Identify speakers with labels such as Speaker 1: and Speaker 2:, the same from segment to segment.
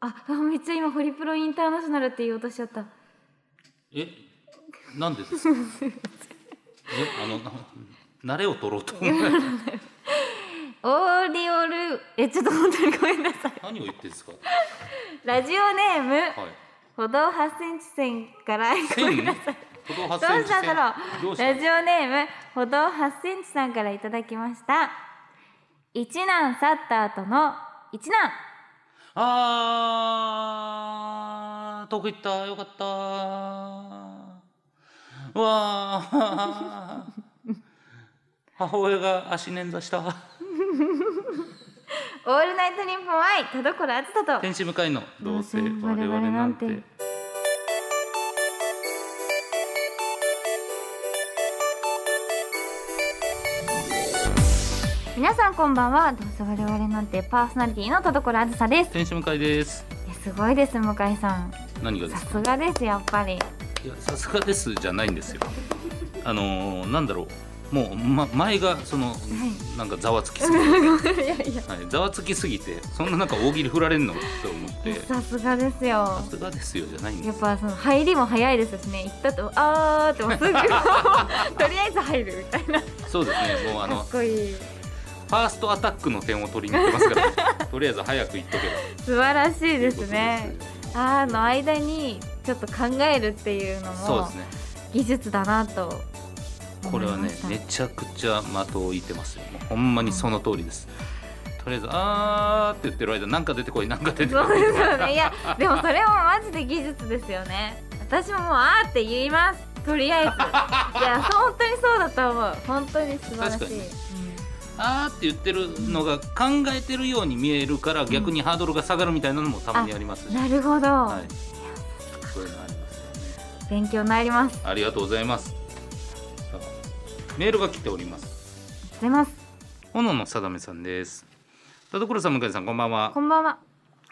Speaker 1: あ、 あめっちゃ今ホリプロインターナショナルって言おうとしちゃった。
Speaker 2: え、なんでですか。え、あのな、慣れを取ろうと思って。
Speaker 1: オーディオル、え、ちょっと本当にごめんなさ い。
Speaker 2: 何を言ってんですか。
Speaker 1: ラジオネーム、
Speaker 2: はい。
Speaker 1: 歩道8センチ線から、ごめんなさい。
Speaker 2: 歩道8
Speaker 1: どう
Speaker 2: センチ
Speaker 1: したんだろ
Speaker 2: ど
Speaker 1: う
Speaker 2: うした
Speaker 1: ラジオネーム歩道8センチさんからいただきました一難去った後の一難
Speaker 2: あー、遠く行った、よかった。わあ、母親が足捻挫 した。
Speaker 1: オールナイトニッポン愛田所あずさと
Speaker 2: 天使向かいのどうせ
Speaker 1: どうせ
Speaker 2: 我々なん
Speaker 1: 我々なん
Speaker 2: て
Speaker 1: て。皆さんこんばんはどうせ我々なんてパーソナリティの田所あずさです
Speaker 2: 天使向かいです。
Speaker 1: えすごいです向井さん
Speaker 2: 何がで
Speaker 1: さ
Speaker 2: すか。
Speaker 1: すがですやっぱり
Speaker 2: いや、さすがですじゃないんですよ。あのー、なんだろう。もう、ま、前がその、なんかざわつき すぎて、はい、ざわつきすぎてそんななんか大喜利振られんのって思って
Speaker 1: さすがですよ
Speaker 2: さすがですよじゃないんです
Speaker 1: やっぱその入りも早いですしね行ったとあーってもうすぐ とりあえず入るみたいな
Speaker 2: そうですね、もうあ
Speaker 1: か
Speaker 2: の
Speaker 1: っ
Speaker 2: フ
Speaker 1: こいい
Speaker 2: ァーストアタックの点を取りに行ってま すから、とりあえず早く行っとけば
Speaker 1: 素晴らしい
Speaker 2: とい
Speaker 1: で
Speaker 2: うこと
Speaker 1: すねあーの間にちょっと考えるっていうの
Speaker 2: そうで
Speaker 1: も
Speaker 2: すね。
Speaker 1: 技術だなと
Speaker 2: これはね、
Speaker 1: 思い
Speaker 2: め
Speaker 1: まし
Speaker 2: ちゃくちゃ的を射てますよ。もうほんまにその通りです。とりあえずあーって言ってる間、なんか出てこい、なんか出てこ
Speaker 1: たそう
Speaker 2: い。
Speaker 1: ですよねいやでもそれもマジで技術ですよね私ももうあーって言いますとりあえずいやそう本当にそうだと思う本当に素晴らし
Speaker 2: 確か
Speaker 1: い
Speaker 2: にあーって言ってるのが考えてるように見えるから、逆にハードルが下がるみたいなのもたまにあります
Speaker 1: うん
Speaker 2: し。
Speaker 1: なるほど、
Speaker 2: はい。そういうのありますよね。
Speaker 1: 勉強になります
Speaker 2: ありがとうございます。さあメールが来ております。
Speaker 1: 出ます
Speaker 2: 斧のさだめさんです田所さん向井さんこんばんは
Speaker 1: こんばんは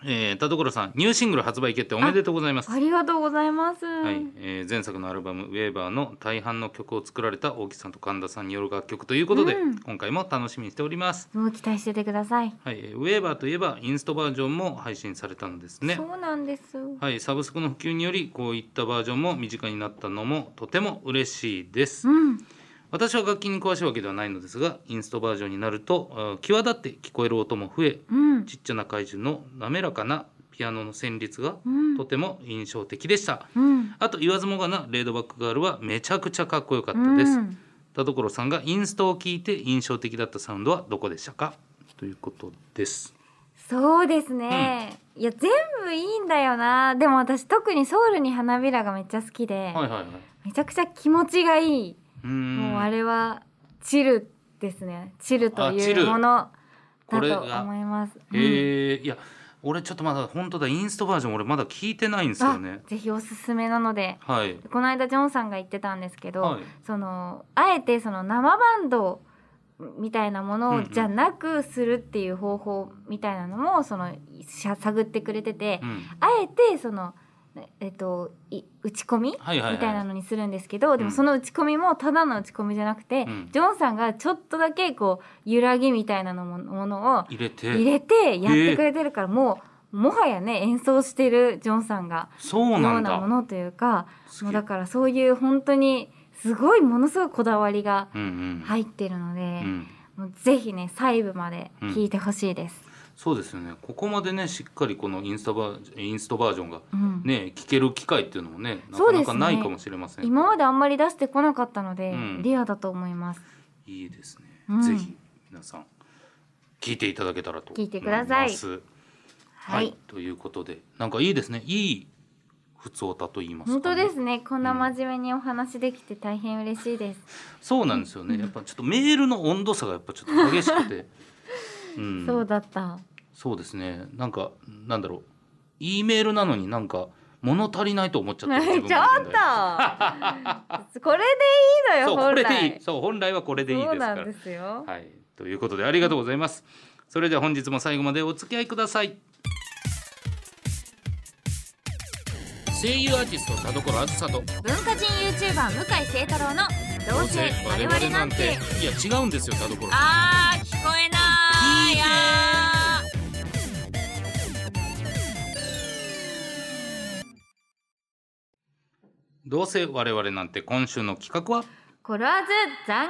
Speaker 2: えー田所さんニューシングル発売決定おめでとうございます
Speaker 1: ありがとうございます。
Speaker 2: はい、えー前作のアルバム「ウェーバー」の大半の曲を作られた大木さんと神田さんによる楽曲ということで、
Speaker 1: うん
Speaker 2: 今回も楽しみにしております
Speaker 1: もう期待しててください。
Speaker 2: はい、えーウェーバーといえばインストバージョンも配信されたのですね
Speaker 1: そうなんです。
Speaker 2: はい、サブスクの普及によりこういったバージョンも身近になったのもとても嬉しいです
Speaker 1: うん、
Speaker 2: 私は楽器に詳しいわけではないのですがインストバージョンになるとあー際立って聞こえる音も増え
Speaker 1: うん、
Speaker 2: ちっちゃな怪獣の滑らかなピアノの旋律が
Speaker 1: うん
Speaker 2: とても印象的でした、
Speaker 1: うん。
Speaker 2: あと言わずもがなレイドバックガールはめちゃくちゃかっこよかったです、
Speaker 1: うん
Speaker 2: 田所さんがインストを聞いて印象的だったサウンドはどこでしたかということです
Speaker 1: そうですね。いや、全部いいんだよな。でも、私、特にソウルに花びらがめっちゃ好きで。
Speaker 2: はいはいはい
Speaker 1: めちゃくちゃ気持ちがいい。
Speaker 2: うーん
Speaker 1: もう、あれは。チルですね。チルと
Speaker 2: あチ
Speaker 1: いう
Speaker 2: ル
Speaker 1: もの。だ
Speaker 2: これ
Speaker 1: と
Speaker 2: が
Speaker 1: 思います。うん
Speaker 2: へえいや俺ちょっとまだ本当だインストバージョン俺まだ聞いてないんですよね
Speaker 1: あぜひおすすめなので。
Speaker 2: はい
Speaker 1: この間ジョンさんが言ってたんですけど、
Speaker 2: はい
Speaker 1: そのあえてその生バンドみたいなも
Speaker 2: うんう
Speaker 1: の
Speaker 2: ん
Speaker 1: じゃなくするっていう方法みたいなのもそのしゃ探ってくれてて、
Speaker 2: うん
Speaker 1: あえてそのえっとい打ち込み、
Speaker 2: はいはいはい
Speaker 1: みたいなのにするんですけど、でも
Speaker 2: うん
Speaker 1: その打ち込みもただの打ち込みじゃなくて、
Speaker 2: うん
Speaker 1: ジョンさんがちょっとだけこう揺らぎみたいなのもものを
Speaker 2: 入れて
Speaker 1: 入れてやってくれてるから、もうもはやね演奏してるジョンさんが
Speaker 2: そう
Speaker 1: よ
Speaker 2: な
Speaker 1: うんな
Speaker 2: だ
Speaker 1: ものというか
Speaker 2: す
Speaker 1: もう
Speaker 2: げえ
Speaker 1: だからそういう本当にすごいものすごいこだわりが
Speaker 2: うんうん、
Speaker 1: 入ってるので
Speaker 2: う、ん
Speaker 1: もうぜひね細部まで聞いてほしいです。
Speaker 2: そうですよねここまでねしっかりこのインスタバーインストバージョンが
Speaker 1: うん
Speaker 2: ね聞ける機会っていうのもねな
Speaker 1: そう
Speaker 2: か
Speaker 1: で
Speaker 2: な
Speaker 1: す
Speaker 2: か
Speaker 1: ね
Speaker 2: ないかもしれません
Speaker 1: 今まであんまり出してこなかったので、
Speaker 2: うん
Speaker 1: レアだと思います。
Speaker 2: いいですね、
Speaker 1: うん
Speaker 2: ぜひ皆さん聞いていただけたらと思
Speaker 1: 聞いてください
Speaker 2: ます
Speaker 1: はい、
Speaker 2: ということでなんかいいですねいい普通歌と言いますか、
Speaker 1: 本当ですね。こんな真面目にお話できて大変嬉しいです。
Speaker 2: そうなんですよねやっぱちょっとメールの温度差がやっぱちょっと激し くて、うん、
Speaker 1: そうだった。
Speaker 2: そうですねなんかなんだろう E メールなのになんか物足りないと思っちゃってる自 分
Speaker 1: ちょ
Speaker 2: が現代
Speaker 1: っ とこれでいいの
Speaker 2: そ
Speaker 1: よ
Speaker 2: うこ
Speaker 1: 本
Speaker 2: れ
Speaker 1: 来。
Speaker 2: でいいそう本来はこれでいいです
Speaker 1: そう
Speaker 2: か
Speaker 1: な
Speaker 2: ら
Speaker 1: んですよ。
Speaker 2: はい、ということでありがとうございます。それでは本日も最後までお付き合いください。声優アーティスト田所あずさと
Speaker 1: 文化人 YouTuber 向井聖太郎のどうせ我々なんて
Speaker 2: いや違うんですよ田所さん
Speaker 1: あー聞こえない
Speaker 2: いいね
Speaker 1: あー
Speaker 2: どうせ我々なんて今週の企画は
Speaker 1: コロワーズ懺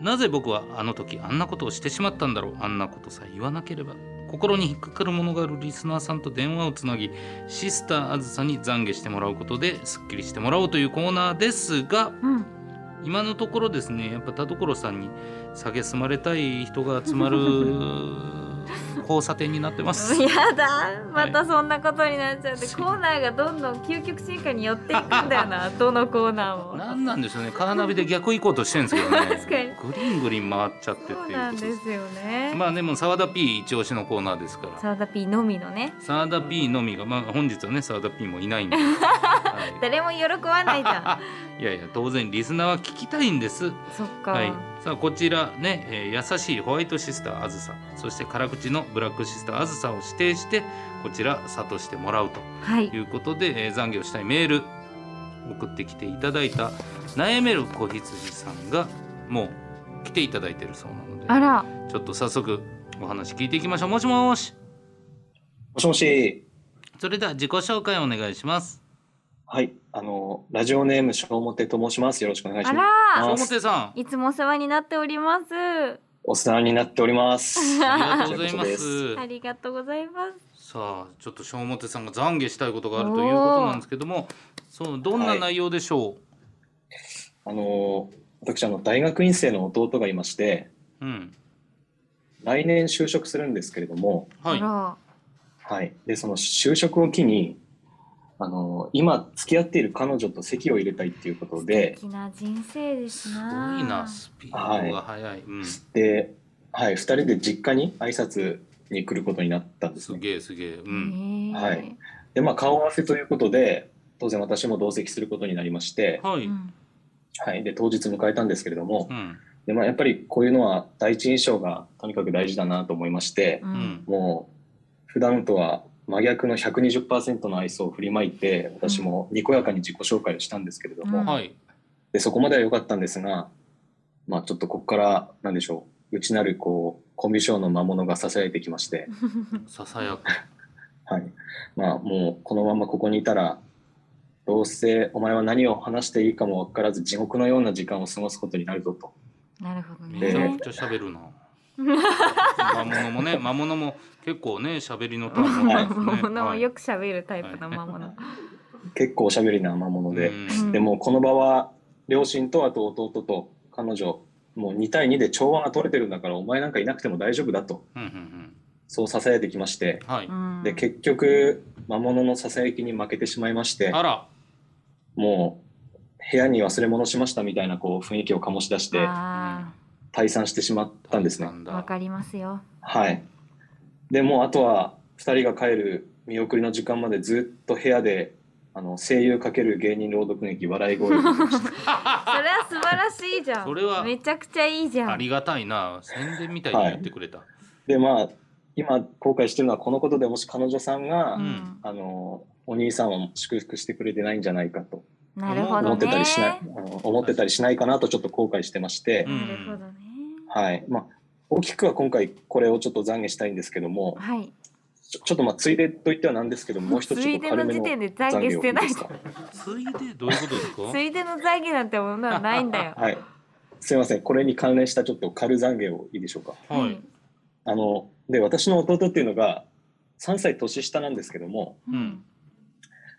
Speaker 1: 悔
Speaker 2: なぜ僕はあの時あんなことをしてしまったんだろうあんなことさえ言わなければ心に引っかかるものがあるリスナーさんと電話をつなぎシスターあずさに懺悔してもらうことですっきりしてもらおうというコーナーですが
Speaker 1: 室うん
Speaker 2: 今のところですねやっぱ田所さんに蔑まれたい人が集ま る交差点になってます。
Speaker 1: やだまたそんなことになっちゃって、コーナーがどんどん究極進化に寄っていくんだよ などのコーナーも
Speaker 2: なんなんでしょうねカーナビで逆行こうとしてるんですけどね
Speaker 1: 確かに
Speaker 2: グリングリン回っちゃってっていう
Speaker 1: そう
Speaker 2: こと
Speaker 1: なんですよね、
Speaker 2: まあでも沢田 P 一押しのコーナーですから
Speaker 1: サラダ P のみのね
Speaker 2: 沢田 P のみが、まあ、本日はね沢田 P もいないんで、は
Speaker 1: 誰も喜ばないじゃ
Speaker 2: い、いやいや当然リスナーは聞きたいんです、
Speaker 1: んそっか、
Speaker 2: はい、さあこちらね、えー優しいホワイトシスターあずさそして辛口のブラックシスターあずさを指定してこちら諭してもらうと
Speaker 1: はい
Speaker 2: ということで、えー、残業したいメール送ってきていただいた悩める子羊さんがもう来ていただいてるそうなので
Speaker 1: あら
Speaker 2: ちょっと早速お話聞いていきましょうもしもし
Speaker 3: もしもし。
Speaker 2: それでは自己紹介お願いします
Speaker 3: はい。あの、ラジオネーム、しょうもてと申します。よろしくお願い
Speaker 1: あ
Speaker 3: しま
Speaker 1: ら
Speaker 3: あ
Speaker 2: 小表さん
Speaker 1: いつもお世話になっておりますあ
Speaker 3: す。お世話になってお ります。
Speaker 2: ありがとうございま
Speaker 3: こちらこ
Speaker 2: す
Speaker 1: りがとうございます
Speaker 2: さあちょっと小表さんが懺悔したいことがあるということなんですけどもそうどんな内容でしょ
Speaker 3: あの、私、あの、大学院生の弟がいまして、
Speaker 2: う、うん
Speaker 3: 来年就職するんですけれども、
Speaker 2: はい
Speaker 1: あら
Speaker 3: はい。で、その就職を機に、あの、今、付き合っている彼女と席を入れたいっていうことで
Speaker 1: 素、敵な人生です
Speaker 2: すご
Speaker 1: ない
Speaker 2: なスピードが速い、うん、す
Speaker 3: で、はい、二人で実家に挨拶に来ることになったんですね。
Speaker 2: げえすげえ、う
Speaker 1: えー
Speaker 2: ん、
Speaker 3: はいで、まあ、顔合わせということで、当然私も同席することになりまして、
Speaker 2: はい、
Speaker 1: う
Speaker 2: うん
Speaker 1: ん
Speaker 3: はい。で、当日迎えたんですけれども、でまあ、やっぱりこういうのは第一印象がとにかく大事だなと思いまして
Speaker 1: う、
Speaker 2: うんん、
Speaker 3: もう普段とは真逆の120%の愛想を振りまいて私もにこやかに自己紹介をしたんですけれども、
Speaker 1: うん
Speaker 2: はい
Speaker 3: でそこまでは良かったんですが、まあ、ちょっとここからなんでしょう内なるこうコンビショの魔物がささやいてきまして、
Speaker 2: ささやく
Speaker 3: はいまあ、もうこのままここにいたらどうせお前は何を話していいかも分からず地獄のような時間を過ごすことになるぞと。
Speaker 1: なるほど
Speaker 2: めちゃ
Speaker 1: ね
Speaker 2: くちゃ喋るな。魔物もね、魔物も結構ね、喋りのターンもあ
Speaker 3: は
Speaker 2: り
Speaker 3: い
Speaker 2: ますね。
Speaker 1: 魔物を
Speaker 2: はい
Speaker 1: よく喋るタイプの魔物、
Speaker 3: 結構おしゃべりな魔物で、
Speaker 2: うん
Speaker 1: うん
Speaker 3: でもうこの場は両親とあと弟と彼女もう2対2で調和が取れてるんだからお前なんかいなくても大丈夫だと
Speaker 2: うんうん
Speaker 3: そう支えてきまして
Speaker 2: うんはい。
Speaker 1: うん
Speaker 3: で結局魔物のささやきに負けてしまいまして
Speaker 2: あら、
Speaker 3: もう部屋に忘れ物しましたみたいなこう雰囲気を醸し出して
Speaker 1: あ
Speaker 3: 退散してしまったんですね
Speaker 2: な。ん
Speaker 1: ーわ
Speaker 2: だ。
Speaker 1: かりますよ
Speaker 3: はいでもうあとは2人が帰る見送りの時間までずっと部屋であの声優×芸人朗読劇笑 い声を聞いてま
Speaker 1: そ
Speaker 3: した
Speaker 1: れは素晴らしいじゃん
Speaker 2: それは
Speaker 1: めちゃくちゃいいじゃん
Speaker 2: ありがたいな、宣伝みたいに言ってくれた。
Speaker 3: でまあ今後悔してるのはこのことでもし彼女さんが、
Speaker 1: うん
Speaker 3: あのお兄さんは祝福してくれてないんじゃないかと
Speaker 1: なるほ
Speaker 3: 思
Speaker 1: ど
Speaker 3: って
Speaker 1: ね
Speaker 3: たりしない、あの思ってたりしないかなとちょっと後悔してまして、
Speaker 2: うん
Speaker 1: なるほどね
Speaker 3: はいまあ大きくは今回これをちょっと懺悔したいんですけども
Speaker 1: はい
Speaker 3: ちょちょっとまあついでと言ってはなんですけどもう一つ
Speaker 1: つ
Speaker 3: ちょ
Speaker 1: い
Speaker 3: っと
Speaker 1: で
Speaker 3: 軽
Speaker 1: の
Speaker 3: め
Speaker 1: 時
Speaker 3: の
Speaker 1: 点で懺悔し
Speaker 3: 懺悔をい
Speaker 1: て
Speaker 3: い
Speaker 1: ない
Speaker 3: です
Speaker 1: じ
Speaker 3: か
Speaker 2: ついでどういうことですか
Speaker 1: ゃんついでの懺悔なんてものはないんだよ
Speaker 3: はいすいませんこれに関連したちょっと軽懺悔をいいでしょうか
Speaker 2: は
Speaker 1: う
Speaker 2: い
Speaker 1: ん。
Speaker 3: あので私の弟っていうのが3歳年下なんですけども
Speaker 2: うん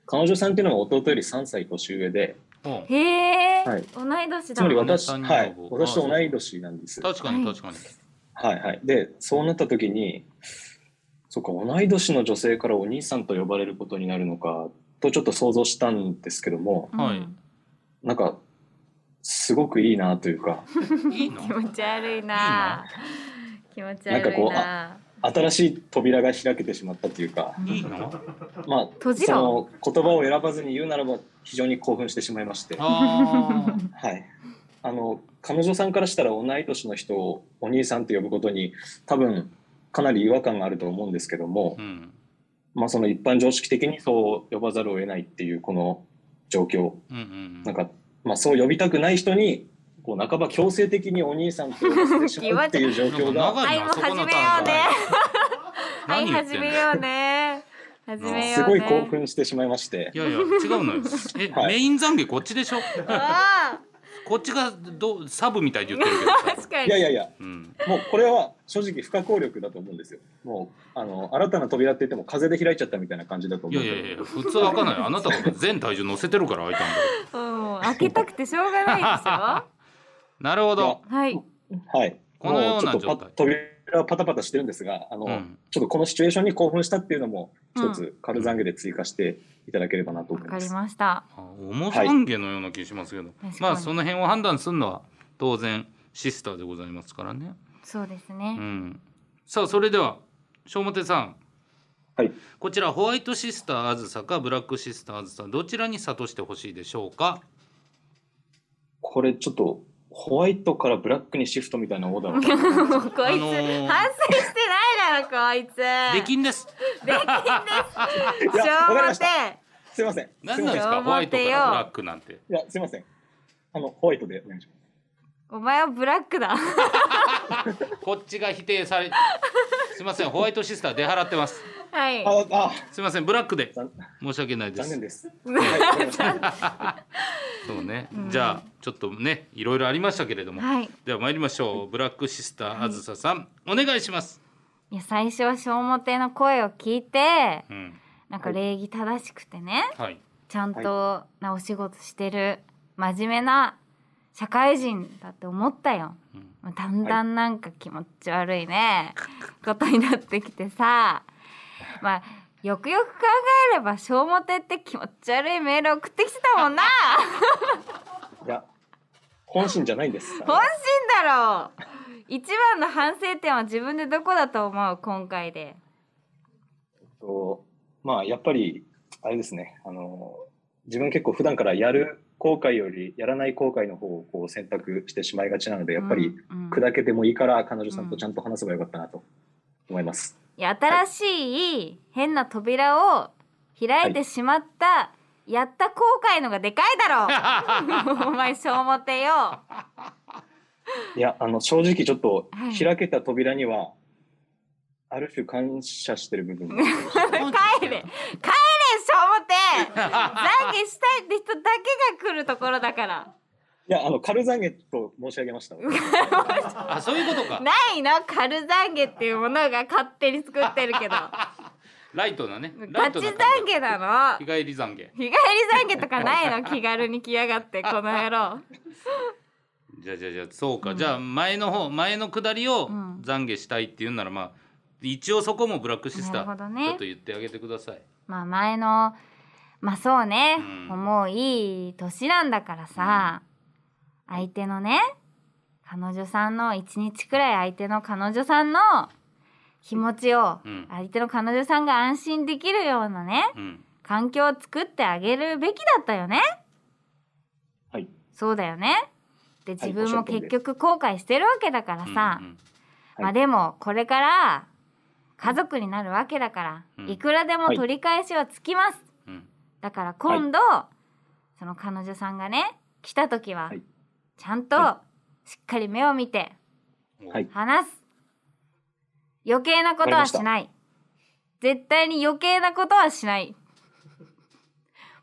Speaker 3: 彼女さんっていうのが弟より3歳年上で
Speaker 2: ほう
Speaker 1: へえ、
Speaker 3: はい
Speaker 1: 同い年
Speaker 3: つ
Speaker 1: だ
Speaker 3: まり
Speaker 2: は
Speaker 3: 私,、
Speaker 2: あなた
Speaker 3: は
Speaker 2: に
Speaker 3: い
Speaker 2: も、
Speaker 3: 私と同い年なんです。
Speaker 2: 確かに確かに。
Speaker 3: はいはい、でそうなった時にそっか同い年の女性からお兄さんと呼ばれることになるのかとちょっと想像したんですけども
Speaker 2: はい
Speaker 1: うん
Speaker 3: なんかすごくいいなとい うか
Speaker 2: いい の
Speaker 1: 気持ち悪いな気持ち
Speaker 3: なんか
Speaker 1: 悪
Speaker 3: こ
Speaker 1: いうな
Speaker 3: 新しい扉が開けてしまったというか
Speaker 2: いいの
Speaker 3: まあ
Speaker 1: 閉じ
Speaker 3: そ
Speaker 1: ろ
Speaker 3: の言葉を選ばずに言うならば非常に興奮してしまいまして、は
Speaker 2: ああ。
Speaker 3: い、あの彼女さんからしたら同い年の人をお兄さんと呼ぶことに多分かなり違和感があると思うんですけども。
Speaker 2: うん。
Speaker 3: まあ、その一般常識的にそう呼ばざるを得ないっていうこの状況
Speaker 2: うんうんう
Speaker 3: なん
Speaker 2: ん。
Speaker 3: か、まあ、そう呼びたくない人にこう半ば強制的にお兄さんと呼ばせてしまうっていう状況
Speaker 2: なん
Speaker 3: が
Speaker 2: か長いな、そこのターンが
Speaker 1: はいもう始めようねはい始めようね始めよう、ね、
Speaker 3: すごい興奮してしまいまして
Speaker 2: いやいや違うのよえ、
Speaker 3: はい
Speaker 2: メイン懺悔こっちでしょ
Speaker 1: あ
Speaker 2: こっちがどサブみたいに言ってるけ
Speaker 1: あ
Speaker 2: どさ
Speaker 1: 確かに
Speaker 3: いやいやいや
Speaker 2: うん
Speaker 3: もうこれは正直不可抗力だと思うんですよもうあの新たな扉って言っても風で開いちゃったみたいな感じだと
Speaker 2: い
Speaker 3: 思う
Speaker 2: や
Speaker 3: ん
Speaker 2: い
Speaker 3: で
Speaker 2: やいや普通開かないあなたが全体重乗せてるから開いたんだよ
Speaker 1: うんもう開けたくてしょうがない でしょ
Speaker 2: なるほど
Speaker 1: はい
Speaker 3: はい
Speaker 2: このような
Speaker 3: もちょっと
Speaker 2: 状
Speaker 3: パ
Speaker 2: 態
Speaker 3: 扉はパタパタしてるんですがあの、
Speaker 2: うん
Speaker 3: ちょっとこのシチュエーションに興奮したっていうのも
Speaker 1: うん
Speaker 3: 一つ軽懺悔で追加していただければなと
Speaker 1: わ
Speaker 3: 思い
Speaker 1: か
Speaker 3: ま
Speaker 1: り
Speaker 3: す、
Speaker 1: ました
Speaker 2: あ重懺悔のような気しますけど、
Speaker 1: 確かに
Speaker 2: まあその辺を判断するのは当然シスターでございますからね、
Speaker 1: そうです
Speaker 2: う
Speaker 1: ね、
Speaker 2: ん、さあそれでは小表さん
Speaker 3: はい
Speaker 2: こちらホワイトシスターあずさかブラックシスターあずさどちらに諭してほしいでしょうか
Speaker 3: これちょっとホワイトからブラックにシフトみたいなオーダー
Speaker 1: もうこいつ、
Speaker 2: あのー
Speaker 1: 反省してないだろこいつ
Speaker 2: できんです
Speaker 1: できんです
Speaker 3: い
Speaker 1: し
Speaker 3: やわ
Speaker 1: ょう
Speaker 3: か
Speaker 1: も
Speaker 3: りましてたすいませんす
Speaker 2: 何
Speaker 3: い
Speaker 2: なん
Speaker 3: ま
Speaker 2: で
Speaker 3: せん
Speaker 2: す
Speaker 1: 小
Speaker 2: か
Speaker 1: 表
Speaker 2: ホワイトか
Speaker 1: よ
Speaker 2: らブラックなんて
Speaker 3: いやすいませんあのホワイトでお願いします
Speaker 1: お前はブラックだ
Speaker 2: こっちが否定され すいませんホワイトシスター出払ってます
Speaker 1: はい
Speaker 3: ああ
Speaker 2: すいませんブラックで
Speaker 3: 残
Speaker 2: 申し訳ないで
Speaker 3: 残
Speaker 2: す
Speaker 3: 念です、はいわかりました
Speaker 2: そうね、
Speaker 1: うん
Speaker 2: じゃあちょっとねいろいろありましたけれども、
Speaker 1: はい
Speaker 2: では参りましょうブラックシスターあずささん、お願いします、
Speaker 1: いや最初は小表の声を聞いて
Speaker 2: うん、
Speaker 1: なんか礼儀正しくてね
Speaker 2: はい
Speaker 1: ちゃんとなお仕事してる真面目な社会人だって思ったよ
Speaker 2: うん
Speaker 1: だんだんなんか気持ち悪いね、ことになってきてさまあよくよく考えれば小表って気持ち悪いメール送ってきてたも んな
Speaker 3: いや本心じゃないんです
Speaker 1: 本心だろ一番の反省点は自分でどこだと思う今回で
Speaker 3: とまあやっぱりあれですねあの自分結構普段からやる後悔よりやらない後悔の方をこう選択してしまいがちなのでやっぱり
Speaker 1: うんうん
Speaker 3: 砕けてもいいから彼女さんとちゃんと話せばよかったなと思います、
Speaker 1: いや新しい変な扉を開いてしまった、やった後悔のがでかいだ ろお前小モテよ
Speaker 3: いやあの正直ちょっと
Speaker 1: はい
Speaker 3: 開けた扉にはある種感謝してる部 分が
Speaker 1: 帰れ帰れ小モテ 懺悔したいって人だけが来るところだから
Speaker 3: いやあの軽懺悔と申し上げました
Speaker 2: あそういうことか
Speaker 1: ないの軽懺悔っていうものが勝手に作ってるけ ど
Speaker 2: ライトなねラ
Speaker 1: ガ
Speaker 2: イ
Speaker 1: チ
Speaker 2: トな
Speaker 1: 懺
Speaker 2: 感
Speaker 1: 悔な
Speaker 2: じ
Speaker 1: の
Speaker 2: 日帰り懺
Speaker 1: 日
Speaker 2: 悔
Speaker 1: 帰り懺悔とかないの気軽に来やがってこの野郎
Speaker 2: じゃあじゃあじゃあそうか、
Speaker 1: うん
Speaker 2: じゃあ前の方前の下りを
Speaker 1: うん
Speaker 2: 懺悔したいって言うならまあ一応そこもブラックシス
Speaker 1: なる
Speaker 2: タ
Speaker 1: ほ
Speaker 2: ー、
Speaker 1: どね
Speaker 2: ちょっと言ってあげてください
Speaker 1: まあ前のまあそうね、
Speaker 2: うん
Speaker 1: もういい年なんだからさ、相手のね彼女さんの一日くらい相手の彼女さんの気持ちを、
Speaker 2: うん
Speaker 1: 相手の彼女さんが安心できるようなね
Speaker 2: うん
Speaker 1: 環境を作ってあげるべきだったよね
Speaker 3: はい
Speaker 1: そうだよねで
Speaker 3: は
Speaker 1: 自
Speaker 3: い
Speaker 1: 分
Speaker 3: お
Speaker 1: も
Speaker 3: っしゃる通り
Speaker 1: 結
Speaker 3: です
Speaker 1: 局後悔してるわけだからさ、
Speaker 2: うん
Speaker 1: まあでもこれから家族になるわけだから、
Speaker 2: うん
Speaker 1: いくらでも
Speaker 3: はい
Speaker 1: 取り返しはつきます、
Speaker 2: うんうん
Speaker 1: だから今度、その彼女さんがね来た時は、
Speaker 3: はい
Speaker 1: ちゃんと
Speaker 3: は
Speaker 1: しっかり目を見て
Speaker 3: はい
Speaker 1: 話す余計なことはしない絶対に余計なことはしない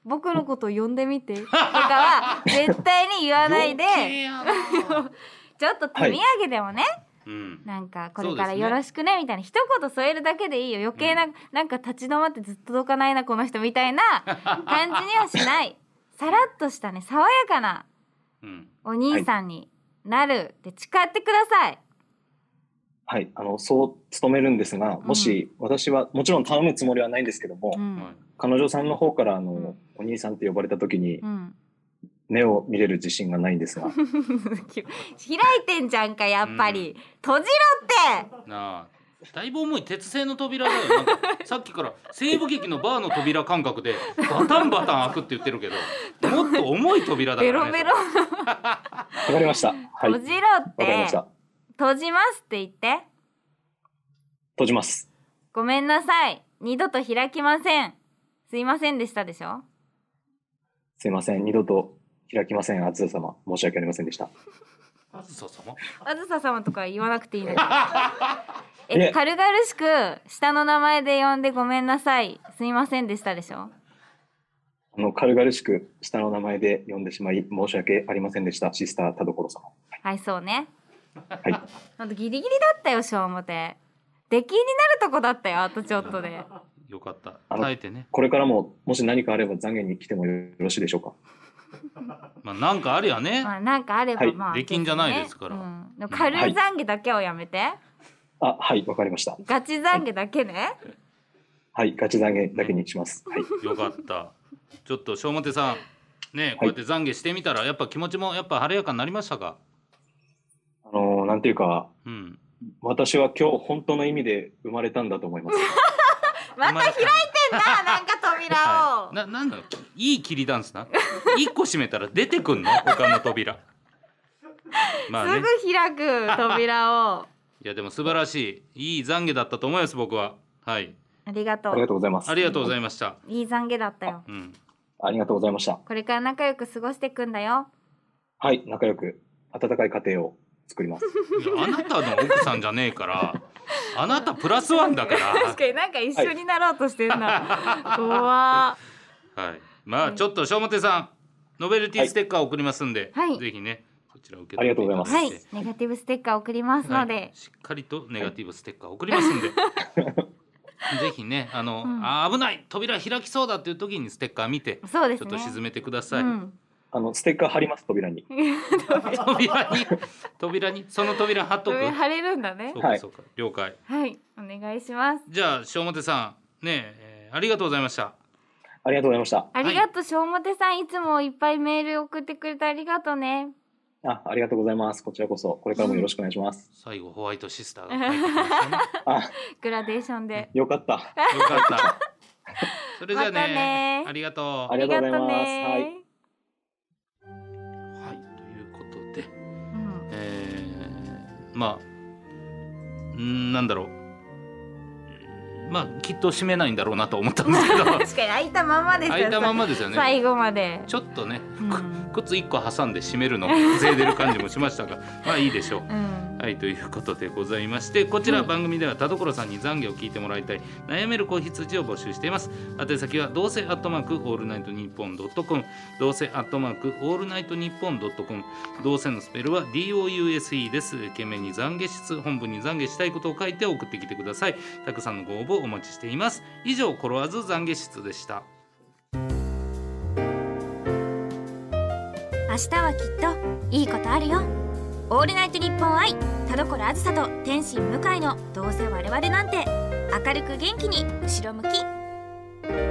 Speaker 1: 僕のことを呼んでみてとかは絶対に言わないで
Speaker 2: 余計やな
Speaker 1: ちょっと手土産でもね、
Speaker 2: うん
Speaker 1: なんかこれから
Speaker 2: そうですね
Speaker 1: よろしくねみたいな一言添えるだけでいいよ余計な、なんか立ち止まってずっと届かないなこの人みた いな感じにはしないさらっとしたね爽やかな
Speaker 2: うん
Speaker 1: お兄さんになるって誓ってください、
Speaker 3: はいあのそう努めるんですがもし私はもちろん頼むつもりはないんですけども、
Speaker 1: うん
Speaker 2: はい
Speaker 3: 彼女さんの方からあの、
Speaker 1: うん
Speaker 3: お兄さんって呼ばれた時に
Speaker 1: うん、
Speaker 3: 目を見れる自信がないんで すが
Speaker 1: 開いてんじゃんかやっぱり、閉じろって
Speaker 2: なあだいぶ重い鉄製の扉だよなんかさっきから西部劇のバーの扉感覚でバタンバタン開くって言ってるけどもっと重い扉だか
Speaker 1: ベ
Speaker 2: ら
Speaker 1: ロ
Speaker 2: ね
Speaker 1: ベロ
Speaker 3: わかり ましたはい
Speaker 1: 閉
Speaker 3: わ
Speaker 1: じ
Speaker 3: か
Speaker 1: ろって、
Speaker 3: りました
Speaker 1: 閉じますって言って
Speaker 3: 閉じます
Speaker 1: ごめんなさい二度と開きませんすいませんでしたでしょ
Speaker 3: すいません二度と開きません厚田様申し訳ありませんでした
Speaker 2: あずさ様
Speaker 1: あずさ様とか言わなくていいのい
Speaker 3: い
Speaker 1: え
Speaker 3: え
Speaker 1: 軽々しく下の名前で呼んでごめんなさいすみませんでしたでしょ
Speaker 3: あの軽々しく下の名前で呼んでしまい申し訳ありませんでしたシスター田所様
Speaker 1: はいそうね
Speaker 3: はい
Speaker 1: ほんとギリギリだったよ小表出禁になるとこだったよあとちょっとで
Speaker 2: よかった
Speaker 3: あの
Speaker 2: 耐えてね
Speaker 3: これからももし何かあれば懺悔に来てもよろしいでしょうか
Speaker 2: まあなんかあるやね、
Speaker 1: まあなんかあれば
Speaker 3: はい
Speaker 1: まあ、
Speaker 2: 出禁じゃないですから
Speaker 1: うんでも軽い懺悔だけをやめて、
Speaker 3: あはいわかりました
Speaker 1: ガチ懺悔だけね
Speaker 3: はいガチ懺悔だけにしますはい
Speaker 2: よ かったちょっと小表さんねこうやって懺悔してみたらやっぱ気持ちもやっぱ晴れやかになりましたか
Speaker 3: あのーなんていうか
Speaker 2: うん
Speaker 3: 私は今日本当の意味で生まれたんだと思います
Speaker 1: また開いてんななんか扉
Speaker 2: は
Speaker 1: を
Speaker 2: い、ななんなのいい切りダンスな一個閉めたら出てくんの他の 扉まあね
Speaker 1: すぐ開く扉を
Speaker 2: いやでも素晴らしいいい懺悔だったと思います僕ははい
Speaker 1: ありがと
Speaker 3: ありが
Speaker 1: う
Speaker 3: とうございます
Speaker 2: ありがとうござ
Speaker 3: い
Speaker 2: いました
Speaker 1: いい懺悔だったよ
Speaker 2: うん
Speaker 3: ありがとうございました
Speaker 1: これから仲良く過ごしていくんだよ
Speaker 3: はい仲良く温かい家庭を作ります
Speaker 2: いやあなたの奥さんじゃねえからあなたプラスワンだか
Speaker 1: 確からになんか一緒になろうとしてんな怖
Speaker 2: はいまあちょっと小表さんノベルティステッカー送りますんで、
Speaker 1: はい
Speaker 2: ぜひねこちら受け取っていただいて
Speaker 1: はいネガティブステッカー送りますので
Speaker 2: しっかりとネガティブステッカー送ります んで、ぜひねあの、
Speaker 1: うん
Speaker 2: あー危ない扉開きそうだっていう時にステッカー見て、
Speaker 1: そうで
Speaker 2: ち
Speaker 1: す
Speaker 2: ょっ
Speaker 1: ね
Speaker 2: と沈めてください、
Speaker 1: うん
Speaker 3: あのステッカー貼ります扉に
Speaker 2: 扉に扉にその扉貼っとく
Speaker 1: 上貼れるんだね
Speaker 2: そうか
Speaker 3: はい
Speaker 2: そうか、了解
Speaker 1: はいお願いします
Speaker 2: じゃあ小表さんねえーありがとうございました
Speaker 3: ありがとうございました
Speaker 1: ありがとう小表さんいつもいっぱいメール送ってくれてありがとうね
Speaker 3: あありがとうございますこちらこそこれからもよろしくお願いします、
Speaker 2: 最後ホワイトシスターが帰ってきましたね
Speaker 3: あ
Speaker 1: グラデーションで
Speaker 3: よかった
Speaker 2: よか ったそれじゃあね,、
Speaker 1: またね
Speaker 2: ありがとう
Speaker 3: ありがとうござい
Speaker 1: ありがとう
Speaker 3: ます
Speaker 1: ね
Speaker 2: はいということで
Speaker 1: うん
Speaker 2: えーまあんーなんだろうまあきっと閉めないんだろうなと思ったんです けど
Speaker 1: 確かに開いたままですよ
Speaker 2: 開いたままですよね
Speaker 1: 最後まで
Speaker 2: ちょっとね、
Speaker 1: うん
Speaker 2: 靴1個挟んで閉めるの 税出る感じもしましたがまあいいでしょう。
Speaker 1: うん
Speaker 2: はいということでございましてこちら
Speaker 1: うん
Speaker 2: 番組では田所さんに懺悔を聞いてもらいたい悩める子羊を募集しています宛先はどうせアットマークオールナイトニッポンドットコムどうせアットマークオールナイトニッポンドットコムどうせのスペルは DOUSE です懸命に懺悔室本文に懺悔したいことを書いて送ってきてくださいたくさんのご応募お待ちしています以上コロワーズ懺悔室でした
Speaker 4: 明日はきっといいことあるよオールナイトニッポン愛田所あずさと天心向井のどうせ我々なんて明るく元気に後ろ向き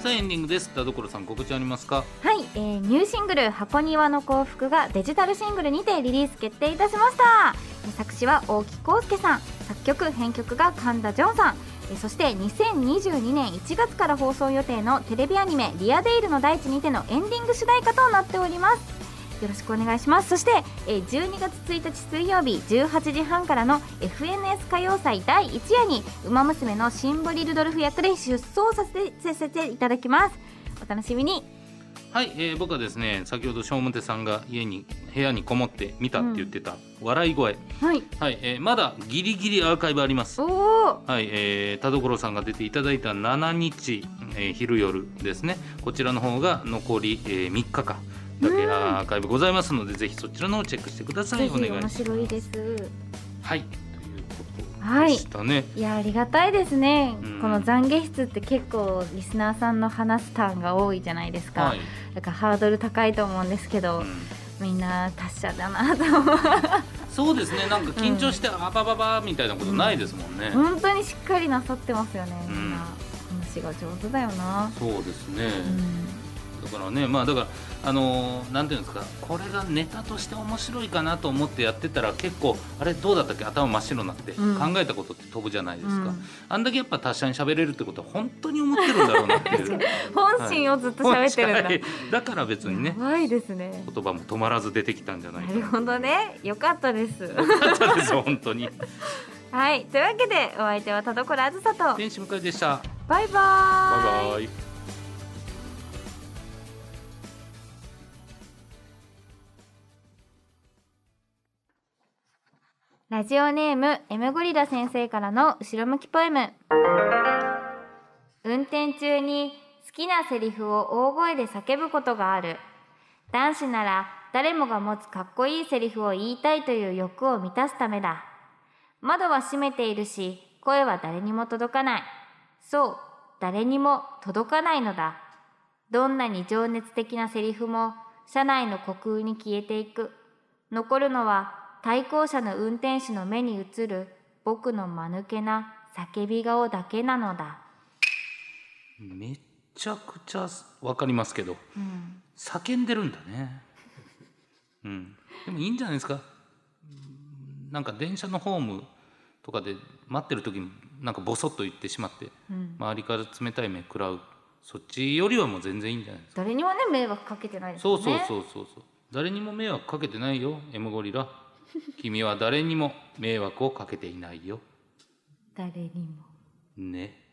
Speaker 2: さあエンディングです田所さん告知ありますか
Speaker 1: はい、えーニューシングル「箱庭の幸福」がデジタルシングルにてリリース決定いたしましたえー作詞は大木康介さん作曲編曲が神田ジョンさんえーそして2022年1月から放送予定のテレビアニメ「リアデイルの大地にて」のエンディング主題歌となっておりますよろしくお願いしますそしてえー12月1日水曜日18時半からの「FNS 歌謡祭第1夜」に「ウマ娘」のシンボリ・ルドルフ役で出走させてさせていただきますお楽しみに
Speaker 2: はい、えー僕はですね先ほど小表さんが家に部屋にこもって見たって言ってた笑い声、
Speaker 1: はい
Speaker 2: はい、えーまだギリギリアーカイブあります
Speaker 1: おお、
Speaker 2: はい、えー田所さんが出ていただいた7日、えー昼夜ですねこちらの方が残り、え3日間だけアーカイブございますのでぜひそちらのをチェックしてくださ
Speaker 1: ぜ
Speaker 2: い
Speaker 1: ひ
Speaker 2: お願いし
Speaker 1: 面
Speaker 2: ます
Speaker 1: 白いです。
Speaker 2: はいということ
Speaker 1: は
Speaker 2: で
Speaker 1: い
Speaker 2: し。たね、
Speaker 1: いやありがたいですね
Speaker 2: うん。
Speaker 1: この懺悔室って結構リスナーさんの話すターンが多いじゃないですか。
Speaker 2: はい
Speaker 1: だからハードル高いと思うんですけど、
Speaker 2: うん
Speaker 1: みんな達者だなと思う。
Speaker 2: そうですねなんか緊張してあばばばみたいなことないですもんね、
Speaker 1: 本当にしっかりなさってますよね。
Speaker 2: うん
Speaker 1: みんな話が上手だよな。
Speaker 2: そうですね、
Speaker 1: うん。
Speaker 2: だからねまあだからあのーなんていうんですかこれがネタとして面白いかなと思ってやってたら結構あれどうだったっけ頭真っ白になって、
Speaker 1: うん
Speaker 2: 考えたことって飛ぶじゃないですか、
Speaker 1: うん
Speaker 2: あんだけやっぱ達者に喋れるってことは本当に思ってるんだろう なっていう
Speaker 1: 本心をずっと喋ってるんだ、
Speaker 2: はい だから別にね
Speaker 1: やばいですね
Speaker 2: 言葉も止まらず出てきたんじゃない
Speaker 1: な
Speaker 2: か
Speaker 1: るほどねよかったです
Speaker 2: なそうです本 当に
Speaker 1: はいというわけでお相手は田所あずさとバイ
Speaker 2: 天使向井でした
Speaker 1: バイ
Speaker 2: バイバイ
Speaker 1: ラジオネーム M ゴリラ先生からの後ろ向きポエム運転中に好きなセリフを大声で叫ぶことがある男子なら誰もが持つかっこいいセリフを言いたいという欲を満たすためだ窓は閉めているし声は誰にも届かないそう誰にも届かないのだどんなに情熱的なセリフも車内の虚空に消えていく残るのは対向車の運転手の目に映る僕の間抜けな叫び顔だけなのだ、
Speaker 2: めちゃくちゃわかりますけど
Speaker 1: うん、
Speaker 2: 叫んでるんだねうんでもいいんじゃないですかうんなんか電車のホームとかで待ってる時になんかボソッと言ってしまって、
Speaker 1: ん
Speaker 2: 周りから冷たい目食らうそっちよりはもう全然いいんじゃないですか
Speaker 1: 誰にもね迷惑かけてないですよ
Speaker 2: そう
Speaker 1: ね
Speaker 2: そうそうそうそう誰にも迷惑かけてないよ M ゴリラ君は誰にも迷惑をかけていないよ
Speaker 1: 誰にも
Speaker 2: ね